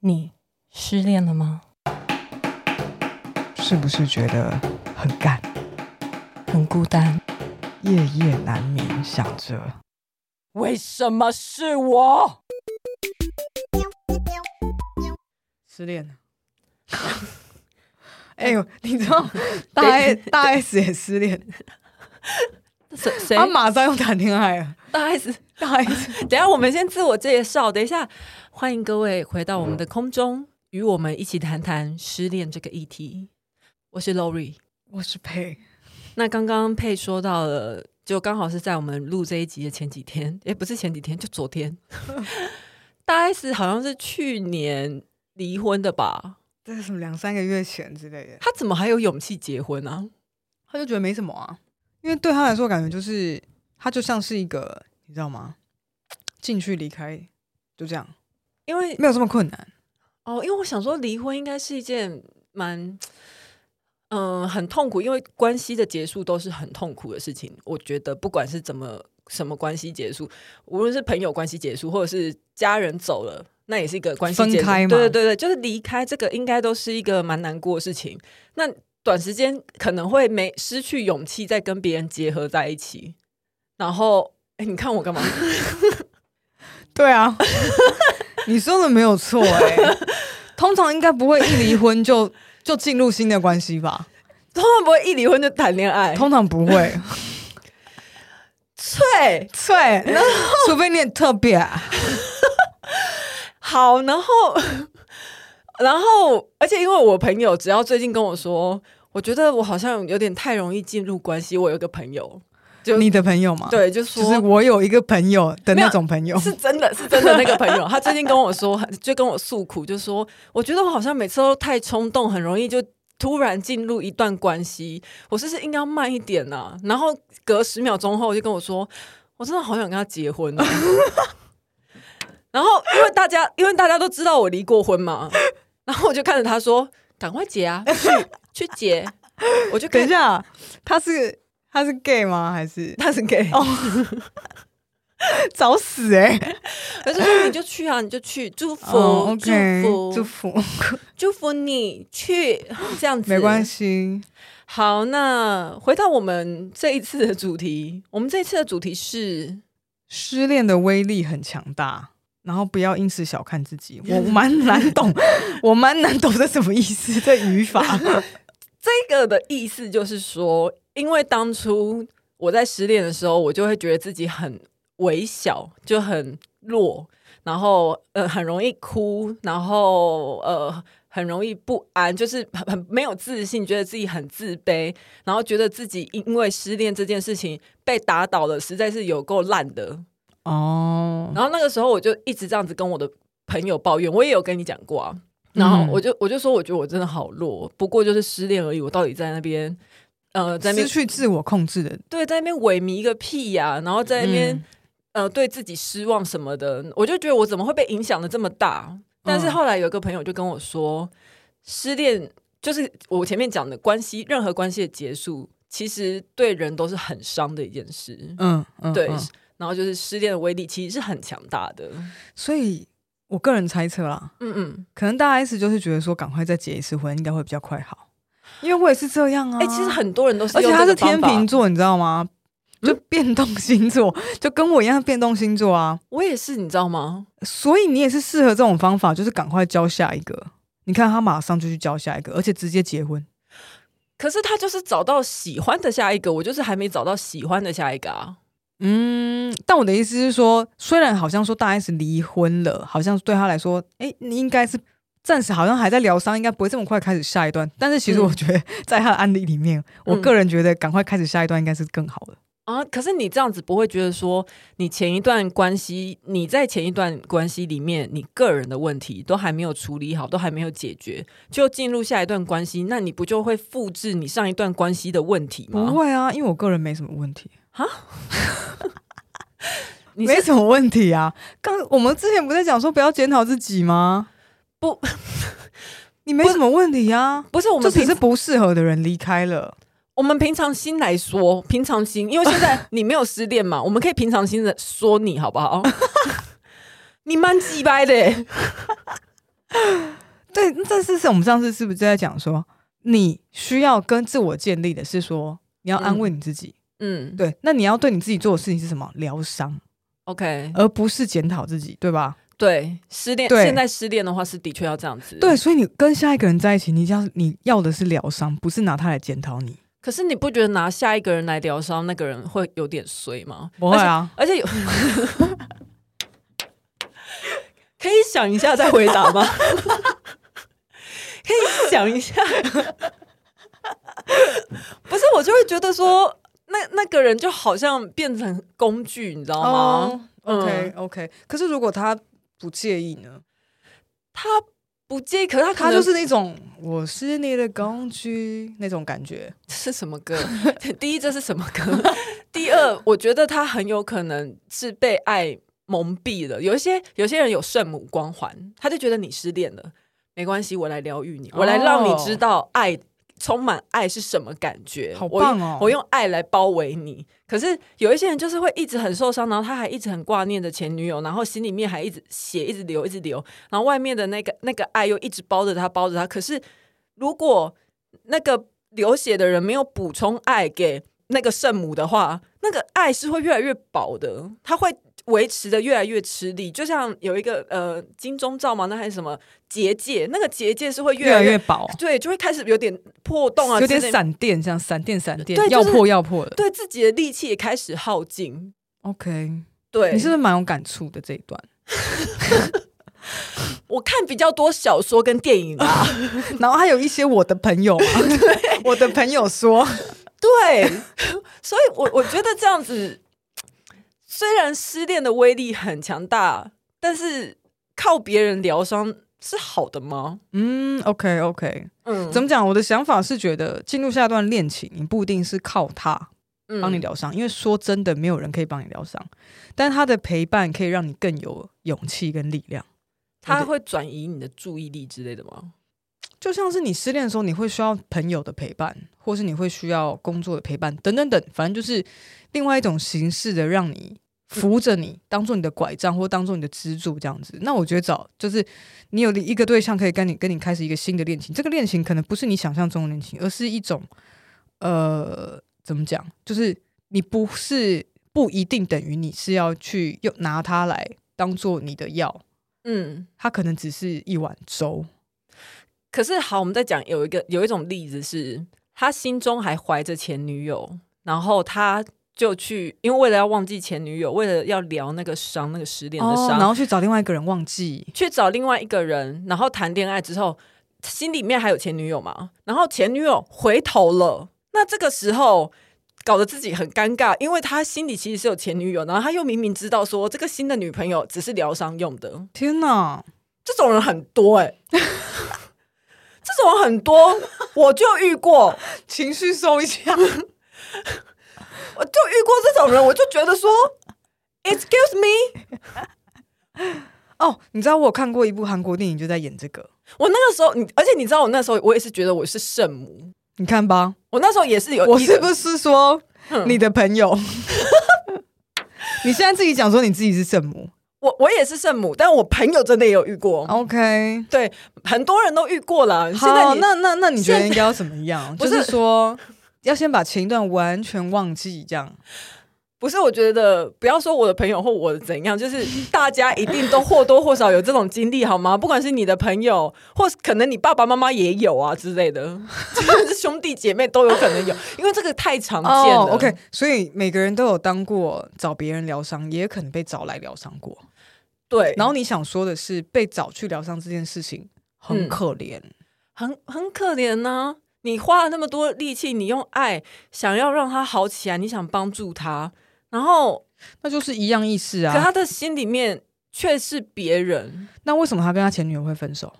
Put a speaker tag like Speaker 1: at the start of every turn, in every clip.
Speaker 1: 你失恋了吗？
Speaker 2: 是不是觉得很干，
Speaker 1: 很孤单，
Speaker 2: 夜夜难眠，想着
Speaker 1: 为什么是我？
Speaker 3: 失恋了。 哎呦，你知道大 S 大 S 也失恋，
Speaker 1: 谁谁
Speaker 3: 她马上要谈恋爱了。
Speaker 1: 大 S？
Speaker 3: 大 S
Speaker 1: 等一下我们先自我介绍，等一下欢迎各位回到我们的空中，与我们一起谈谈失恋这个议题。我是 Lori。
Speaker 3: 我是佩，
Speaker 1: 那刚刚佩说到了，就刚好是在我们录这一集的前几天，也不是前几天，就昨天。 大 S 好像是去年离婚的吧？
Speaker 3: 这是什么两三个月前之类的，
Speaker 1: 她怎么还有勇气结婚啊？
Speaker 3: 她就觉得没什么啊，因为对她来说，感觉就是她就像是一个，你知道吗？进去离开就这样，
Speaker 1: 因为
Speaker 3: 没有这么困难。
Speaker 1: 哦，因为我想说，离婚应该是一件蛮，嗯、很痛苦，因为关系的结束都是很痛苦的事情。我觉得不管是怎么什么关系结束，无论是朋友关系结束，或者是家人走了，那也是一个关系
Speaker 3: 分
Speaker 1: 结束。
Speaker 3: 开嘛
Speaker 1: 对对对对，就是离开这个，应该都是一个蛮难过的事情。那短时间可能会没失去勇气，再跟别人结合在一起，然后。哎，你看我干嘛？
Speaker 3: 对啊， 你说的没有错哎、 通常应该不会一离婚就就进入新的关系吧？
Speaker 1: 通常不会一离婚就谈恋爱。
Speaker 3: 通常不会，
Speaker 1: 对，
Speaker 3: 对， 除非你很特别、啊。
Speaker 1: 好，然后， 然后，而且因为我朋友只要最近跟我说，我觉得我好像有点太容易进入关系。我有一个朋友，就
Speaker 3: 你的朋友吗？，
Speaker 1: 对，就说
Speaker 3: 啊就是我有一个朋友的那种朋友，
Speaker 1: 是真的是真的那个朋友，他最近跟我说，就跟我诉苦，就说我觉得我好像每次都太冲动，很容易就突然进入一段关系，我是不是应该要慢一点呢、啊？然后隔十秒钟后就跟我说，我真的好想跟他结婚、啊。然后因为大家因为大家都知道我离过婚嘛，然后我就看着他说，赶快结啊，去去结。我就
Speaker 3: 等一
Speaker 1: 跟
Speaker 3: 下， 他是他是 gay 吗？还是
Speaker 1: 他是 gay 哦，
Speaker 3: 找死哎、欸！
Speaker 1: 可是说你就去啊，你就去，祝福、
Speaker 3: 哦，OK，
Speaker 1: 祝福
Speaker 3: 祝福，
Speaker 1: 祝福你去这样子，
Speaker 3: 没关
Speaker 1: 系。
Speaker 3: 系。
Speaker 1: 好，那回到我们这一次的主题，我们这一次的主题是
Speaker 3: 失恋的威力很强大，然后不要因此小看自己。我蛮难懂， 我蛮难懂这什么意思？这语 法
Speaker 1: 这个的意思，就是说，因为当初我在失恋的时候，我就会觉得自己很微小，就很弱，然后呃很容易哭，然后呃很容易不安，就是很很没有自信，觉得自己很自卑，然后觉得自己因为失恋这件事情被打倒了，实在是有够烂的。
Speaker 3: 哦，
Speaker 1: 然后那个时候我就一直这样子跟我的朋友抱怨，我也有跟你讲过啊。然
Speaker 3: 嗯
Speaker 1: 后我就我就说，我觉得我真的好弱，不过就是失恋而已。我到底在那边呃，在那
Speaker 3: 失
Speaker 1: 边
Speaker 3: 去自我控制的，
Speaker 1: 对，在那边萎靡个屁呀、然后在那边、
Speaker 3: 嗯
Speaker 1: 呃对自己失望什么的，我就觉得我怎么会被影响的这么
Speaker 3: 嗯
Speaker 1: 大？但是后来有一个朋友就跟我说，失恋就是我前面讲的关系，任何关系的结束，其实对人都是很伤的一件事。
Speaker 3: 嗯嗯，
Speaker 1: 对
Speaker 3: 嗯，
Speaker 1: 然后就是失恋的威力其实是很强大的。
Speaker 3: 所以我个人猜测啦，
Speaker 1: 嗯嗯。
Speaker 3: 可能大 S 就是觉得说，赶快再结一次婚应该会比较快好，因为我也是这样啊。
Speaker 1: 哎、其实，很多人都是
Speaker 3: 而
Speaker 1: 用
Speaker 3: 且
Speaker 1: 这
Speaker 3: 他
Speaker 1: 个
Speaker 3: 是
Speaker 1: 方法，
Speaker 3: 天秤座，你知道吗？就变动星座，就跟我一样变动星座啊。
Speaker 1: 我也是，你知道吗？
Speaker 3: 所以你也是适合这种方法，就是赶快交下一个。你看他马上就去交下一个，而且直接结婚。
Speaker 1: 可是他就是找到喜欢的下一个，我就是还没找到喜欢的下一个啊。
Speaker 3: 嗯，但我的意思是说，虽然好像说大 S 离婚了，好像对他来说，哎、你应该是暂时好像还在疗伤，应该不会这么快开始下一段。但是其实
Speaker 1: 嗯
Speaker 3: 我觉得，在他的案例里面，我
Speaker 1: 嗯
Speaker 3: 个人觉得赶快开始下一段应该是更好的。
Speaker 1: 啊！可是你这样子不会觉得说，你前一段关系，你在前一段关系里面，你个人的问题都还没有处理好，都还没有解决，就进入下一段关系，那你不就会复制你上一段关系的问题吗？
Speaker 3: 不，会啊，因为我个人没什么问题，
Speaker 1: 你
Speaker 3: 没
Speaker 1: 是
Speaker 3: 什么问题啊。刚我们之前不是在讲说不要检讨自己吗？
Speaker 1: 不，
Speaker 3: 你没什么问题啊，
Speaker 1: 不是我
Speaker 3: 就
Speaker 1: 们
Speaker 3: 只
Speaker 1: 平
Speaker 3: 是不适合的人离开了。
Speaker 1: 我们平常心来说，平常心，因为现 在你没有失恋嘛，我们可以平常心的 说你好不好？你蛮鸡掰的欸、
Speaker 3: 这这是是我们上次是不是在讲说，你需要跟自我建立的是说，你要安慰你自己，
Speaker 1: 嗯，
Speaker 3: 对，那你要对你自己做的事情是什么？疗伤，
Speaker 1: ，OK，
Speaker 3: 而不是检讨自己，对吧？
Speaker 1: 对，失恋，
Speaker 3: 对
Speaker 1: 现在失恋的话是的确要这样子。
Speaker 3: 对，，所以你跟下一个人在一起，你要你要的是疗伤，不是拿他来检讨你。
Speaker 1: 可是你不觉得拿下一个人来疗伤，那个人会有点衰吗？
Speaker 3: 不会啊，
Speaker 1: 而且，而且有。可以想一下再回答吗？可以想一下，不是我就会觉得说，那那个人就好像变成工具，你知道吗？
Speaker 3: 哦
Speaker 1: 嗯
Speaker 3: OK OK，可是如果他不介意呢？
Speaker 1: 他不介意，可是他可
Speaker 3: 他
Speaker 1: 能
Speaker 3: 就是那种我是你的工具 那种感觉。
Speaker 1: 这是什么歌？ 第一，这是什么歌？ 第二，我觉得他很有可能是被爱蒙蔽了。有一些有些人有圣母光环，他就觉得你失恋了，没关系，我来疗愈你，我来让你知道爱。充满爱是什么感觉？
Speaker 3: 哦好
Speaker 1: 我用
Speaker 3: 棒哦
Speaker 1: 我用爱来包围你。可是有一些人就是会一直很受伤，然后他还一直很挂念着前女友，然后心里面还一直血一直流，一直流，然后外面的那个那个爱又一直包着他，包着他。可是如果那个流血的人没有补充爱给那个圣母的话，那个爱是会越来越薄的，它会维持的越来越吃力。就像有一个呃金钟罩嘛，那还是什么结界，那个结界是会越来越
Speaker 3: 薄，
Speaker 1: 对，就会开始有点破洞啊，
Speaker 3: 有点
Speaker 1: 之类的，
Speaker 3: 闪电，像闪电闪电
Speaker 1: 对，
Speaker 3: 要
Speaker 1: 就是
Speaker 3: 破要破的。
Speaker 1: 对自己的力气也开始耗尽。
Speaker 3: OK，
Speaker 1: 对，
Speaker 3: 你是不是蛮有感触的这一段？
Speaker 1: 我看比较多小说跟电影啦，
Speaker 3: 然后还有一些我的朋友 啊，我的朋友说，
Speaker 1: 对， 所以我我觉得这样子，虽然失恋的威力很强大，但是靠别人疗伤是好的吗？
Speaker 3: 嗯，OK OK，
Speaker 1: 嗯
Speaker 3: 怎么讲？我的想法是觉得进入下一段恋情，你不一定是靠他
Speaker 1: 么
Speaker 3: 帮你？疗伤，因为说真的，没有人可以帮你疗伤，但他的陪伴可以让你更有勇气跟力量。
Speaker 1: 他会转移你的注意力之类的吗？
Speaker 3: 就像是你失恋的时候，你会需要朋友的陪伴，或是你会需要工作的陪伴，等等等，反正就是另外一种形式的让你扶着你，当做你的拐杖或当做你的支柱这样子。那我觉得找就是你有一个对象可以跟你跟你开始一个新的恋情，这个恋情可能不是你想象中的恋情，而是一种呃怎么讲，就是你不是不一定等于你是要去用拿它来当做你的药，
Speaker 1: 嗯，
Speaker 3: 它可能只是一碗粥。
Speaker 1: 可是好，我们再讲有一个有一种例子是，他心中还怀着前女友，然后他就去，因为为了要忘记前女友，为了要疗那个伤，那个失恋的
Speaker 3: 哦
Speaker 1: 伤，
Speaker 3: 然后去找另外一个人忘记。
Speaker 1: 去找另外一个人，然后谈恋爱之后，心里面还有前女友嘛？然后前女友回头了，那这个时候搞得自己很尴尬，因为他心里其实是有前女友，然后他又明明知道说这个新的女朋友只是疗伤用的，
Speaker 3: 天哪，
Speaker 1: 这种人很多哎、 这种人很多，我就遇过，
Speaker 3: 情绪收一下。
Speaker 1: 我就遇过这种人，我就觉得说，Excuse me，
Speaker 3: 哦，你知道我有看过一部韩国电影，就在演这个。
Speaker 1: 我那个时候，你而且你知道，我那时候我也是觉得我是圣母，
Speaker 3: 你看吧，
Speaker 1: 我那时候也是有
Speaker 3: 我
Speaker 1: 一
Speaker 3: 是不是说
Speaker 1: 嗯
Speaker 3: 你的朋友？ 你现在自己讲说你自己是圣母
Speaker 1: 我我也是圣母，但我朋友真的也有遇过，
Speaker 3: ，OK？
Speaker 1: 对，很多人都遇过啦。现在
Speaker 3: 哦好，
Speaker 1: 你
Speaker 3: 那那那你觉
Speaker 1: 现
Speaker 3: 得
Speaker 1: 在
Speaker 3: 应该要怎么样？
Speaker 1: 不
Speaker 3: 就是是说要先把前一段完全忘记，这样
Speaker 1: 不是我觉得不要说我的朋友或我的怎样，就是大家一定都或多或少有这种经历，好吗？不管是你的朋友，或是可能你爸爸妈妈也有啊之类 的，就是兄弟姐妹都有可能有，因为这个太常见了。
Speaker 3: 哦 OK，所以每个人都有当过找别人疗伤，也可能被找来疗伤过。
Speaker 1: 对，
Speaker 3: 然后你想说的是，被找去疗伤这件事情
Speaker 1: 嗯
Speaker 3: 很可怜，
Speaker 1: 很很可怜呐、你花了那么多力气，你用爱想要让他好起来，你想帮助他，然后
Speaker 3: 那就是一样意思
Speaker 1: 可他
Speaker 3: 啊。
Speaker 1: 的心里面却是别人，
Speaker 3: 那为什么他跟他前女友会分手？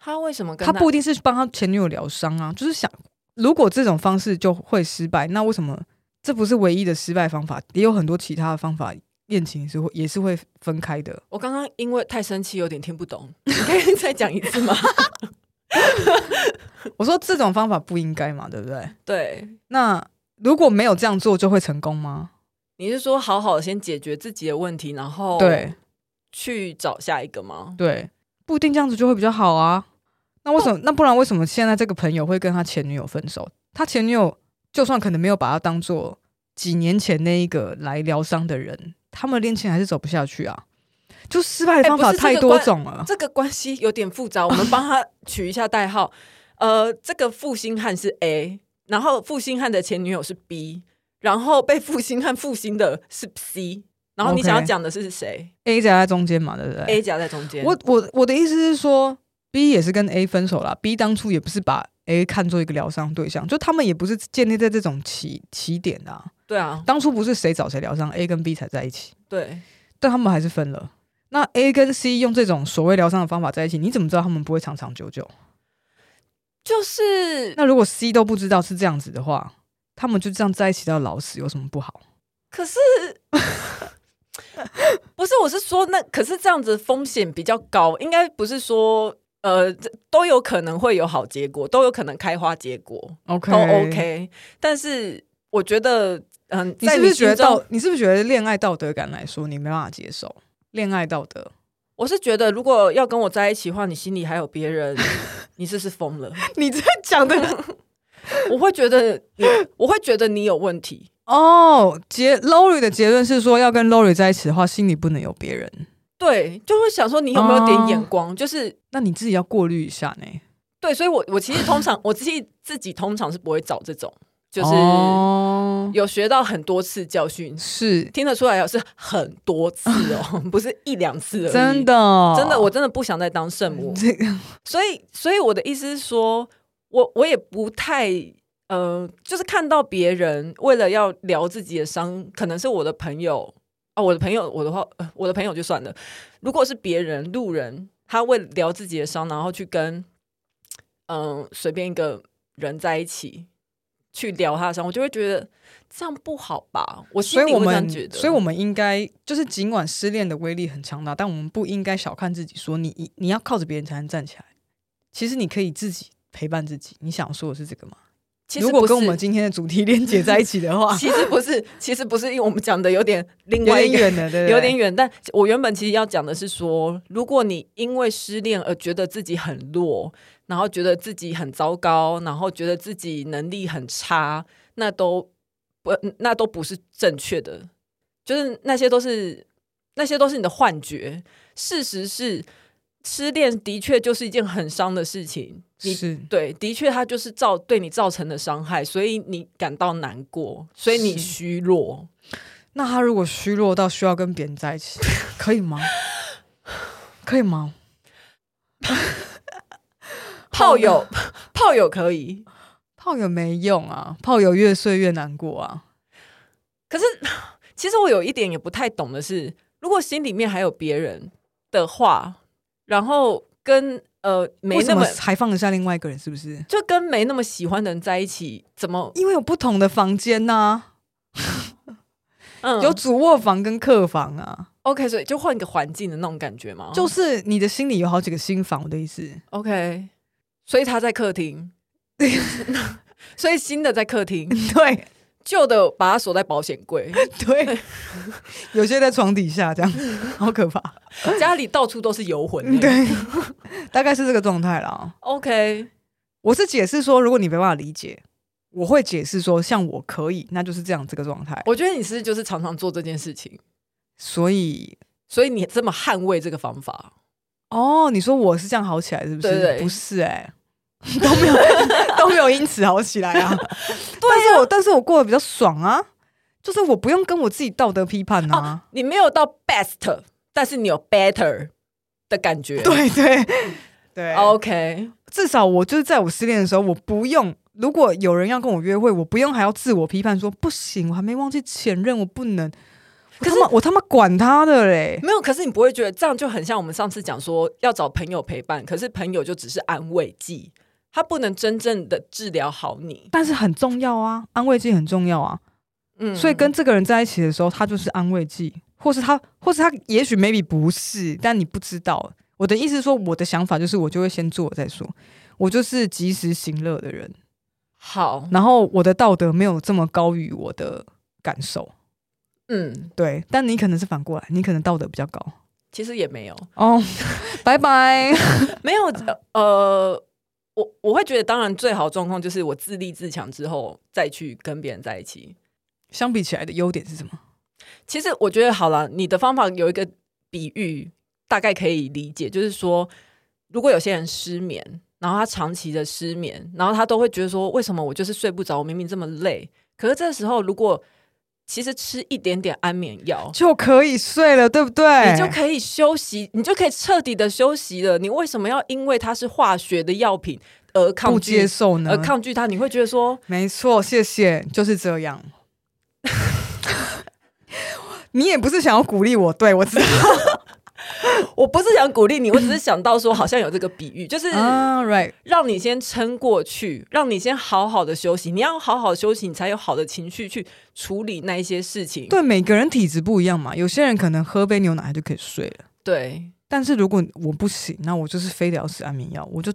Speaker 1: 他为什么跟
Speaker 3: 他不一定是帮他前女友疗伤啊，就是想，如果这种方式就会失败，那为什么这不是唯一的失败方法？也有很多其他的方法，恋情是会也是会分开的。
Speaker 1: 我刚刚因为太生气，有点听不懂，你可以再讲一次 吗？
Speaker 3: 我说这种方法不应该嘛，对不对？
Speaker 1: 对，
Speaker 3: 那如果没有这样做，就会成功吗？
Speaker 1: 你是说好好先解决自己的问题，然后
Speaker 3: 对
Speaker 1: 去找下一个吗？
Speaker 3: 对，不一定这样子就会比较好啊。那为
Speaker 1: 哦
Speaker 3: 什么？那不然为什么现在这个朋友会跟他前女友分手？他前女友就算可能没有把他当做几年前那一个来疗伤的人，他们恋情还是走不下去啊。就失败的
Speaker 1: 哎
Speaker 3: 方
Speaker 1: 不
Speaker 3: 法
Speaker 1: 是这
Speaker 3: 太
Speaker 1: 个
Speaker 3: 多
Speaker 1: 关
Speaker 3: 种了。
Speaker 1: 这个关系有点复杂，我 们帮他取一下代号。呃，这个负心汉是 A，然后负心汉的前女友是 B，然后被负心汉负心的是 C，然后你
Speaker 3: OK
Speaker 1: 想要讲的是谁
Speaker 3: A 夹在中间嘛，对不对
Speaker 1: a 夹在中间。
Speaker 3: 我我我的意思是说，B 也是跟 A 分手了。B 当初也不是把 A 看作一个疗伤对象，就他们也不是建立在这种起起点的啊。
Speaker 1: 对啊，
Speaker 3: 当初不是谁找谁疗伤，A 跟 B 才在一起，
Speaker 1: 对，
Speaker 3: 但他们还是分了。那 A 跟 C 用这种所谓疗伤的方法在一起，你怎么知道他们不会长长久久？
Speaker 1: 就是
Speaker 3: 那如果 C 都不知道是这样子的话，他们就这样在一起到老死有什么不好？
Speaker 1: 可是 不是？我是说那，可是这样子风险比较高，应该不是说呃这都有可能会有好结果，都有可能开花结果，
Speaker 3: OK
Speaker 1: 都 OK。但是我觉得，嗯、
Speaker 3: 你
Speaker 1: 在
Speaker 3: 是不是
Speaker 1: 心
Speaker 3: 觉得
Speaker 1: 中
Speaker 3: 道？你是不是觉得恋爱道德感来说，你没办法接受恋爱道德？
Speaker 1: 我是觉得，如果要跟我在一起的话，你心里还有别 人，你是不是疯了？
Speaker 3: 你这讲的
Speaker 1: 我会觉得你，我会觉得你有问题。
Speaker 3: 哦，结 Lori 的结论是说，要跟 Lori 在一起的话，心里不能有别人。
Speaker 1: 对，就会想说你有没有点
Speaker 3: 哦
Speaker 1: 眼光，就是
Speaker 3: 那你自己要过滤一下呢，
Speaker 1: 对，所以我我其实通常我自己自己通常是不会找这种，就是
Speaker 3: 哦、
Speaker 1: 有学到很多次教训，
Speaker 3: 是
Speaker 1: 听得出来哦是很多次哦， 不是一两次而已。
Speaker 3: 真的，哦
Speaker 1: 真的， 我真的不想再当圣母。
Speaker 3: 这个
Speaker 1: 所以，所以我的意思是说，我我也不太，呃，就是看到别人为了要聊自己的伤，可能是我的朋友啊、我的朋友，我的话、呃我的朋友就算了。如果是别人路人，他为了聊自己的伤，然后去跟嗯、呃随便一个人在一起去聊他的伤，我就会觉得这样不好吧？我
Speaker 3: 所
Speaker 1: 心
Speaker 3: 以
Speaker 1: 里
Speaker 3: 我
Speaker 1: 会这样
Speaker 3: 们
Speaker 1: 觉，得，
Speaker 3: 所以我们应该就是，尽管失恋的威力很强大，但我们不应该小看自己说你你要靠着别人才能站起来。其实你可以自己陪伴自己。你想说的是这个吗？
Speaker 1: 其实
Speaker 3: 如果
Speaker 1: 不
Speaker 3: 跟我
Speaker 1: 是，
Speaker 3: 们今天的主题连接在一起的话
Speaker 1: 其实不是，其实不是，因为我们讲的有 点另
Speaker 3: 有
Speaker 1: 外
Speaker 3: 点
Speaker 1: 一个
Speaker 3: 远了，对不对
Speaker 1: 有点远，但我原本其实要讲的是说，如果你因为失恋而觉得自己很弱，然后觉得自己很糟糕，然后觉得自己能力很差，那都不那都不是正确的，就是那些都是那些都是你的幻觉。事实是，失恋的确就是一件很伤的事情，你
Speaker 3: 是
Speaker 1: 对，的确，它就是造对你造成的伤害，所以你感到难过，所以你
Speaker 3: 是
Speaker 1: 虚弱。
Speaker 3: 那他如果虚弱到需要跟别人在一起，可以吗？可以吗？
Speaker 1: 炮友， 炮友可以，
Speaker 3: 炮友没用啊，炮友越睡越难过啊。
Speaker 1: 可是其实我有一点也不太懂的是，如果心里面还有别人的话，然后跟呃没
Speaker 3: 为什
Speaker 1: 那么
Speaker 3: 么还放得下另外一个人？是不是？
Speaker 1: 就跟没那么喜欢的人在一起，怎么
Speaker 3: 因为有不同的房间呐、
Speaker 1: 嗯
Speaker 3: 有主卧房跟客房啊，
Speaker 1: OK，所以就换一个环境的那种感觉吗？
Speaker 3: 就是你的心里有好几个新房。我的意思，
Speaker 1: OK，所以他在客厅， 所以新的在客厅，
Speaker 3: 嗯对
Speaker 1: 旧的把它锁在保险柜，
Speaker 3: 对， 有些在床底下 这样，好可怕。
Speaker 1: 家里到处都是游魂、欸。
Speaker 3: 嗯对，大概是这个状态啦。
Speaker 1: OK，
Speaker 3: 我是解释说，如果你没办法理解，我会解释说，像我可以，那就是这样这个状态。
Speaker 1: 我觉得你是不是就是常常做这件事情，
Speaker 3: 所以，
Speaker 1: 所以你这么捍卫这个方法。
Speaker 3: 哦，你说我是这样好起来，是不是？
Speaker 1: 对对
Speaker 3: 不是、哎， 都没有 都没有因此好起来 啊。但是我但是我过得比较爽啊，就是我不用跟我自己道德批判啊。
Speaker 1: 你没有到 best，但是你有 better 的感觉。
Speaker 3: 对对对
Speaker 1: ，OK，
Speaker 3: 至少我就是在我失恋的时候，我不用。如果有人要跟我约会，我不用还要自我批判说不行，我还没忘记前任，我不能。
Speaker 1: 可是
Speaker 3: 我他妈我他妈管他的嘞！
Speaker 1: 没有。可是你不会觉得这样就很像我们上次讲说要找朋友陪伴，可是朋友就只是安慰剂，他不能真正的治疗好你。
Speaker 3: 但是很重要啊，安慰剂很重要啊。
Speaker 1: 嗯
Speaker 3: 所以跟这个人在一起的时候，他就是安慰剂，或是他，或是他，也许 maybe 不是，但你不知道。我的意思是说，我的想法就是，我就会先做再说，我就是及时行乐的人。
Speaker 1: 好，
Speaker 3: 然后我的道德没有这么高于我的感受，
Speaker 1: 嗯，
Speaker 3: 对。但你可能是反过来，你可能道德比较高
Speaker 1: 其实也没有，
Speaker 3: 哦。拜拜，
Speaker 1: 没有，呃，我我会觉得，当然最好状况就是我自立自强之后再去跟别人在一起。
Speaker 3: 相比起来的优点是什么？
Speaker 1: 其实我觉得好了，你的方法有一个比喻，大概可以理解，就是说，如果有些人失眠，然后他长期的失眠，然后他都会觉得说，为什么我就是睡不着？我明明这么累，可是这时候如果其实吃一点点安眠药，
Speaker 3: 就可以睡了，对不对？
Speaker 1: 你就可以休息，你就可以彻底的休息了。你为什么要因为它是化学的药品而抗
Speaker 3: 不接
Speaker 1: 拒？
Speaker 3: 受呢
Speaker 1: 而？抗拒它，你会觉得说，
Speaker 3: 没错，谢谢，就是这样。 你也不是想要鼓励我，对我知道。
Speaker 1: 我不是想鼓励你，我只是想到说，好像有这个比喻，就是
Speaker 3: 啊，right，
Speaker 1: 让你先撑过去，让你先好好的休息。你要好好休息，你才有好的情绪去处理那一些事情。
Speaker 3: 对，每个人体质不一样嘛，有些人可能喝杯牛奶他就可以睡了，
Speaker 1: 对
Speaker 3: 但是如果我不行，那我就是非得要吃安眠药，我就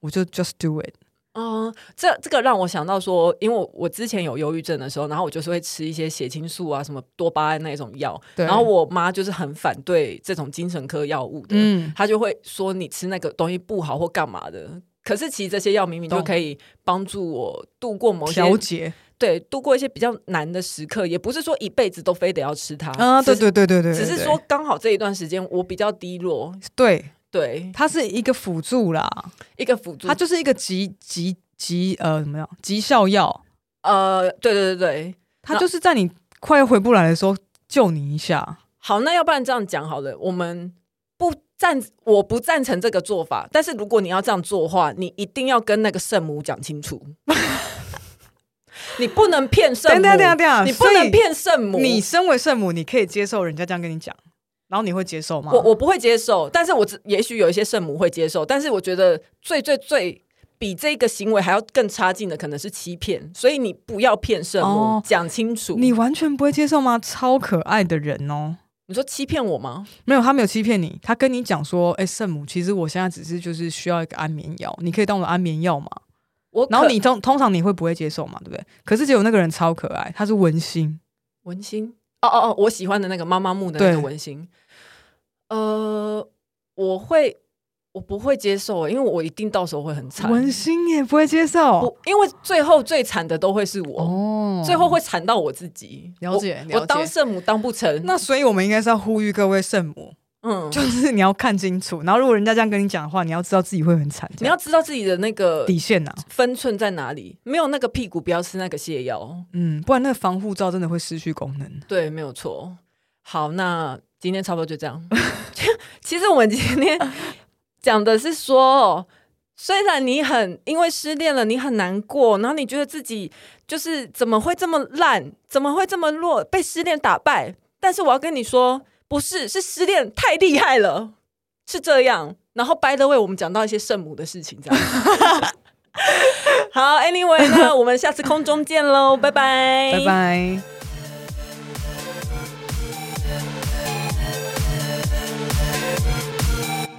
Speaker 3: 我就 just do it。
Speaker 1: 嗯，这这个让我想到说，因为我我之前有忧郁症的时候，然后我就是会吃一些血清素啊、什么多巴胺那种药，
Speaker 3: 对，
Speaker 1: 然后我妈就是很反对这种精神科药物的，
Speaker 3: 嗯，
Speaker 1: 她就会说你吃那个东西不好或干嘛的。可是其实这些药明明就
Speaker 3: 懂
Speaker 1: 可以帮助我度过某些
Speaker 3: 调节
Speaker 1: 对度过一些比较难的时刻，也不是说一辈子都非得要吃它
Speaker 3: 啊，对
Speaker 1: 只是
Speaker 3: 对对对对，
Speaker 1: 只是
Speaker 3: 对
Speaker 1: 说刚好这一段时间我比较低落，
Speaker 3: 对，
Speaker 1: 对
Speaker 3: 它是一个辅助啦，
Speaker 1: 一个辅助
Speaker 3: 它，就是一个急急急呃怎么样急效药，
Speaker 1: 呃，对对对对，
Speaker 3: 它
Speaker 1: 那
Speaker 3: 就是在你快要回不来的时候救你一下。
Speaker 1: 好，那要不然这样讲好了，我们不赞，我不赞成这个做法，但是如果你要这样做的话，你一定要跟那个圣母讲清楚， 你不能骗圣
Speaker 3: 等
Speaker 1: 母，
Speaker 3: 等等等，
Speaker 1: 你不能。骗圣母，
Speaker 3: 你身为圣母，你可以接受人家这样跟你讲，然后你会接受吗？
Speaker 1: 我我不会接受，但是我只也许有一些圣母会接受，但是我觉得最最最比这个行为还要更差劲的可能是欺骗，所以你不要骗圣母
Speaker 3: 哦，
Speaker 1: 讲、清楚。
Speaker 3: 你完全不会接受吗？超可爱的人哦，
Speaker 1: 你说欺骗我吗？
Speaker 3: 没有，他没有欺骗你，他跟你讲说，哎、圣母，其实我现在只是就是需要一个安眠药，你可以当我的安眠药嘛。
Speaker 1: 我
Speaker 3: 然后
Speaker 1: 可
Speaker 3: 你通通常你会不会接受嘛？对不对？可是只有那个人超可爱，他是文心，
Speaker 1: 文心，哦哦哦，我喜欢的那个妈妈木的那个
Speaker 3: 对
Speaker 1: 文心，呃，我会我不会接受、欸因为我一定到时候会很惨。
Speaker 3: 文心也不会接受
Speaker 1: 我因为最后最惨的都会是我，
Speaker 3: 哦
Speaker 1: 最后会惨到我自己。
Speaker 3: 了解
Speaker 1: 我，我
Speaker 3: 了解
Speaker 1: 当圣母当不成，
Speaker 3: 那所以我们应该是要呼吁各位圣母，
Speaker 1: 嗯，
Speaker 3: 就是你要看清楚，然后如果人家这样跟你讲的话，你要知道自己会很惨，这
Speaker 1: 你要
Speaker 3: 样
Speaker 1: 知道自己的那个
Speaker 3: 底线呐、啊，
Speaker 1: 分寸在哪里？没有那个屁股，不要吃那个泻药。
Speaker 3: 嗯，不然那个防护罩真的会失去功能。
Speaker 1: 对，没有错。好，那今天差不多就这样。 其实我们今 天讲的是说，虽然你很因为失恋了，你很难过，然后你觉得自己就是怎么会这么烂，怎么会这么弱，被失恋打败。但是我要跟你说，不是，是失恋太厉害了，是这样。然后 by the way，我们讲到一些圣母的事情，这样。好，Anyway，那我们下次空中见喽，拜拜，
Speaker 3: 拜拜。